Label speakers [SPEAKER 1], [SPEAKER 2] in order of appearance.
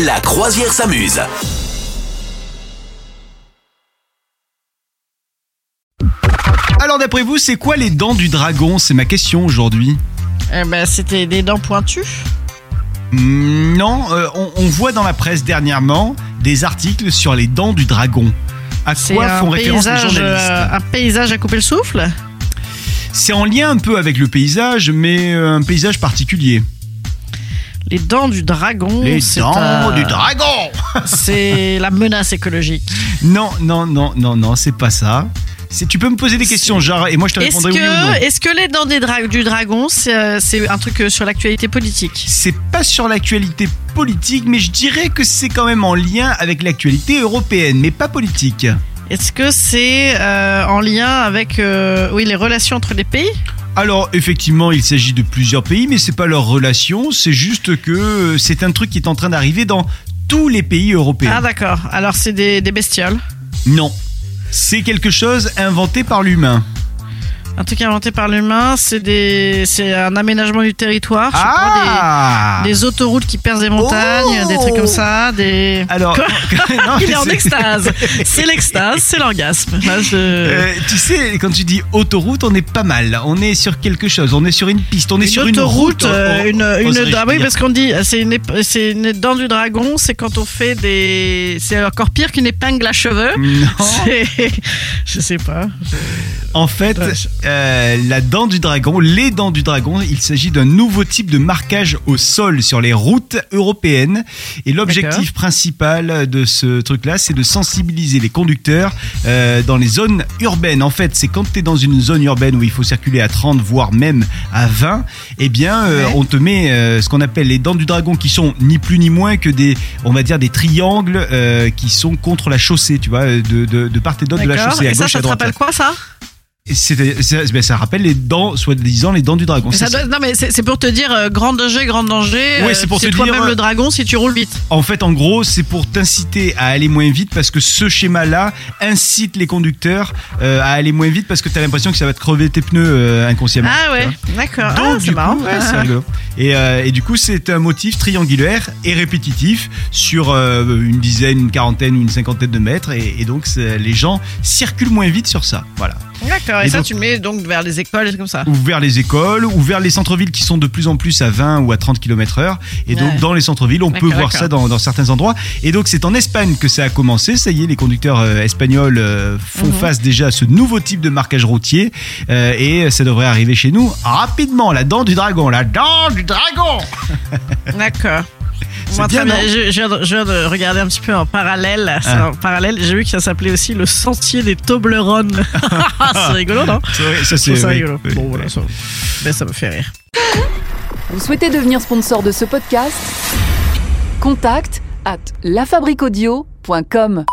[SPEAKER 1] La croisière s'amuse.
[SPEAKER 2] Alors d'après vous, c'est quoi les dents du dragon C'est ma question aujourd'hui.
[SPEAKER 3] Eh ben, c'était des dents pointues.
[SPEAKER 2] Hmm, Non, euh, on, on voit dans la presse dernièrement des articles sur les dents du dragon. À
[SPEAKER 3] C'est
[SPEAKER 2] quoi
[SPEAKER 3] un
[SPEAKER 2] font référence les
[SPEAKER 3] paysage,
[SPEAKER 2] journalistes
[SPEAKER 3] euh, un paysage à couper le souffle.
[SPEAKER 2] C'est en lien un peu avec le paysage, mais euh, un paysage particulier.
[SPEAKER 3] Les dents du dragon.
[SPEAKER 2] les
[SPEAKER 3] c'est
[SPEAKER 2] dents
[SPEAKER 3] un-
[SPEAKER 2] du dragon
[SPEAKER 3] C'est la menace écologique.
[SPEAKER 2] Non, non, non, non, non, c'est pas ça. C'est- Tu peux me poser des questions, genre, et moi je te
[SPEAKER 3] Est-ce
[SPEAKER 2] répondrai oui ou non.
[SPEAKER 3] que, est-ce que les dents des dra- du dragon, c'est euh, c'est un truc euh, sur l'actualité politique
[SPEAKER 2] C'est pas sur l'actualité politique, mais je dirais que c'est quand même en lien avec l'actualité européenne, mais pas politique.
[SPEAKER 3] Est-ce que c'est euh, en lien avec euh, oui, les relations entre les pays
[SPEAKER 2] Alors effectivement, il s'agit de plusieurs pays, mais c'est pas leur relation, c'est juste que euh, c'est un truc qui est en train d'arriver dans tous les pays européens.
[SPEAKER 3] Ah d'accord, alors c'est des, des bestioles.
[SPEAKER 2] non, c'est quelque chose inventé par l'humain.
[SPEAKER 3] Un truc inventé par l'humain, c'est des- c'est un aménagement du territoire. je sais pas, des-
[SPEAKER 2] Ah
[SPEAKER 3] Des autoroutes qui percent des montagnes,
[SPEAKER 2] Oh Ah,
[SPEAKER 3] des trucs comme ça, des.
[SPEAKER 2] Alors,
[SPEAKER 3] Quoi
[SPEAKER 2] non,
[SPEAKER 3] Il est en
[SPEAKER 2] c'est-
[SPEAKER 3] extase. C'est l'extase, c'est l'orgasme. Là, je-
[SPEAKER 2] Euh, tu sais, quand tu dis autoroute, on est pas mal. On est sur quelque chose. On est sur une piste. On est sur une route.
[SPEAKER 3] euh,
[SPEAKER 2] on- on-
[SPEAKER 3] une,
[SPEAKER 2] on-
[SPEAKER 3] une-
[SPEAKER 2] oserais-je
[SPEAKER 3] ah oui,
[SPEAKER 2] dire.
[SPEAKER 3] parce qu'on dit, euh, c'est une, ép- c'est une dent du dragon, c'est quand on fait des, c'est encore pire qu'une épingle à cheveux.
[SPEAKER 2] Non.
[SPEAKER 3] C'est, je sais pas.
[SPEAKER 2] En fait, euh, la dent du dragon, les dents du dragon, il s'agit d'un nouveau type de marquage au sol sur les routes européennes. Et l'objectif principal de ce truc-là, c'est de sensibiliser les conducteurs euh, dans les zones urbaines. En fait, c'est quand tu es dans une zone urbaine où il faut circuler à 30, voire même à 20, eh bien, euh,
[SPEAKER 3] Ouais.
[SPEAKER 2] on te met euh, ce qu'on appelle les dents du dragon, qui sont ni plus ni moins que des, on va dire, des triangles euh, qui sont contre la chaussée, tu vois, euh, de, de, de part et d'autre de la
[SPEAKER 3] D'accord.
[SPEAKER 2] chaussée, à
[SPEAKER 3] Et ça,
[SPEAKER 2] gauche,
[SPEAKER 3] ça
[SPEAKER 2] à
[SPEAKER 3] te
[SPEAKER 2] droite.
[SPEAKER 3] rappelle quoi, ça
[SPEAKER 2] Et c'est- c'est- ben, ça rappelle les dents, soi-disant les dents du dragon.
[SPEAKER 3] Ça
[SPEAKER 2] C'est-
[SPEAKER 3] doit- Non, mais c'est c'est pour te dire euh, grand danger, grand danger.
[SPEAKER 2] Ouais,
[SPEAKER 3] euh,
[SPEAKER 2] c'est pour
[SPEAKER 3] c'est
[SPEAKER 2] te
[SPEAKER 3] toi-même
[SPEAKER 2] dire, euh,
[SPEAKER 3] le dragon si tu roules vite.
[SPEAKER 2] En fait, en gros, c'est pour t'inciter à aller moins vite parce que ce schéma-là incite les conducteurs euh, à aller moins vite parce que t'as l'impression que ça va te crever tes pneus euh, inconsciemment.
[SPEAKER 3] Ah ouais,
[SPEAKER 2] tu
[SPEAKER 3] d'accord.
[SPEAKER 2] vois.
[SPEAKER 3] Ah,
[SPEAKER 2] Donc, du
[SPEAKER 3] c'est
[SPEAKER 2] coup,
[SPEAKER 3] marrant.
[SPEAKER 2] ouais, c'est rigolo. Et, euh, et du coup, c'est un motif triangulaire et répétitif sur euh, une dizaine, une quarantaine ou une cinquantaine de mètres. Et, et donc, c'est- les gens circulent moins vite sur ça. Voilà.
[SPEAKER 3] ah. D'accord. Et,
[SPEAKER 2] Et
[SPEAKER 3] ça,
[SPEAKER 2] donc-
[SPEAKER 3] tu le mets donc vers les écoles et comme ça.
[SPEAKER 2] ou vers les écoles, ou vers les centres-villes qui sont de plus en plus à 20 ou à 30 km heure. Et donc,
[SPEAKER 3] Ouais.
[SPEAKER 2] dans les centres-villes, on peut
[SPEAKER 3] D'accord,
[SPEAKER 2] voir
[SPEAKER 3] d'accord.
[SPEAKER 2] ça dans, dans certains endroits. Et donc, c'est en Espagne que ça a commencé. Ça y est, les conducteurs euh, espagnols euh, font
[SPEAKER 3] Mhm.
[SPEAKER 2] face déjà à ce nouveau type de marquage routier. Euh, et ça devrait arriver chez nous rapidement. La dent du dragon, la dent du dragon
[SPEAKER 3] D'accord.
[SPEAKER 2] C'est
[SPEAKER 3] Moi, en
[SPEAKER 2] bien,
[SPEAKER 3] train de-
[SPEAKER 2] non
[SPEAKER 3] je, je viens de, je viens de regarder un petit peu en parallèle. c'est
[SPEAKER 2] Ah.
[SPEAKER 3] En parallèle, j'ai vu que ça s'appelait aussi le sentier des Toblerones. c'est rigolo, non
[SPEAKER 2] C'est vrai, Ça,
[SPEAKER 3] Je trouve ça
[SPEAKER 2] oui,
[SPEAKER 3] rigolo.
[SPEAKER 2] oui,
[SPEAKER 3] bon,
[SPEAKER 2] oui.
[SPEAKER 3] voilà, ça, ben, ça me fait rire.
[SPEAKER 4] Vous souhaitez devenir sponsor de ce podcast Contact à lafabriquaudio.com.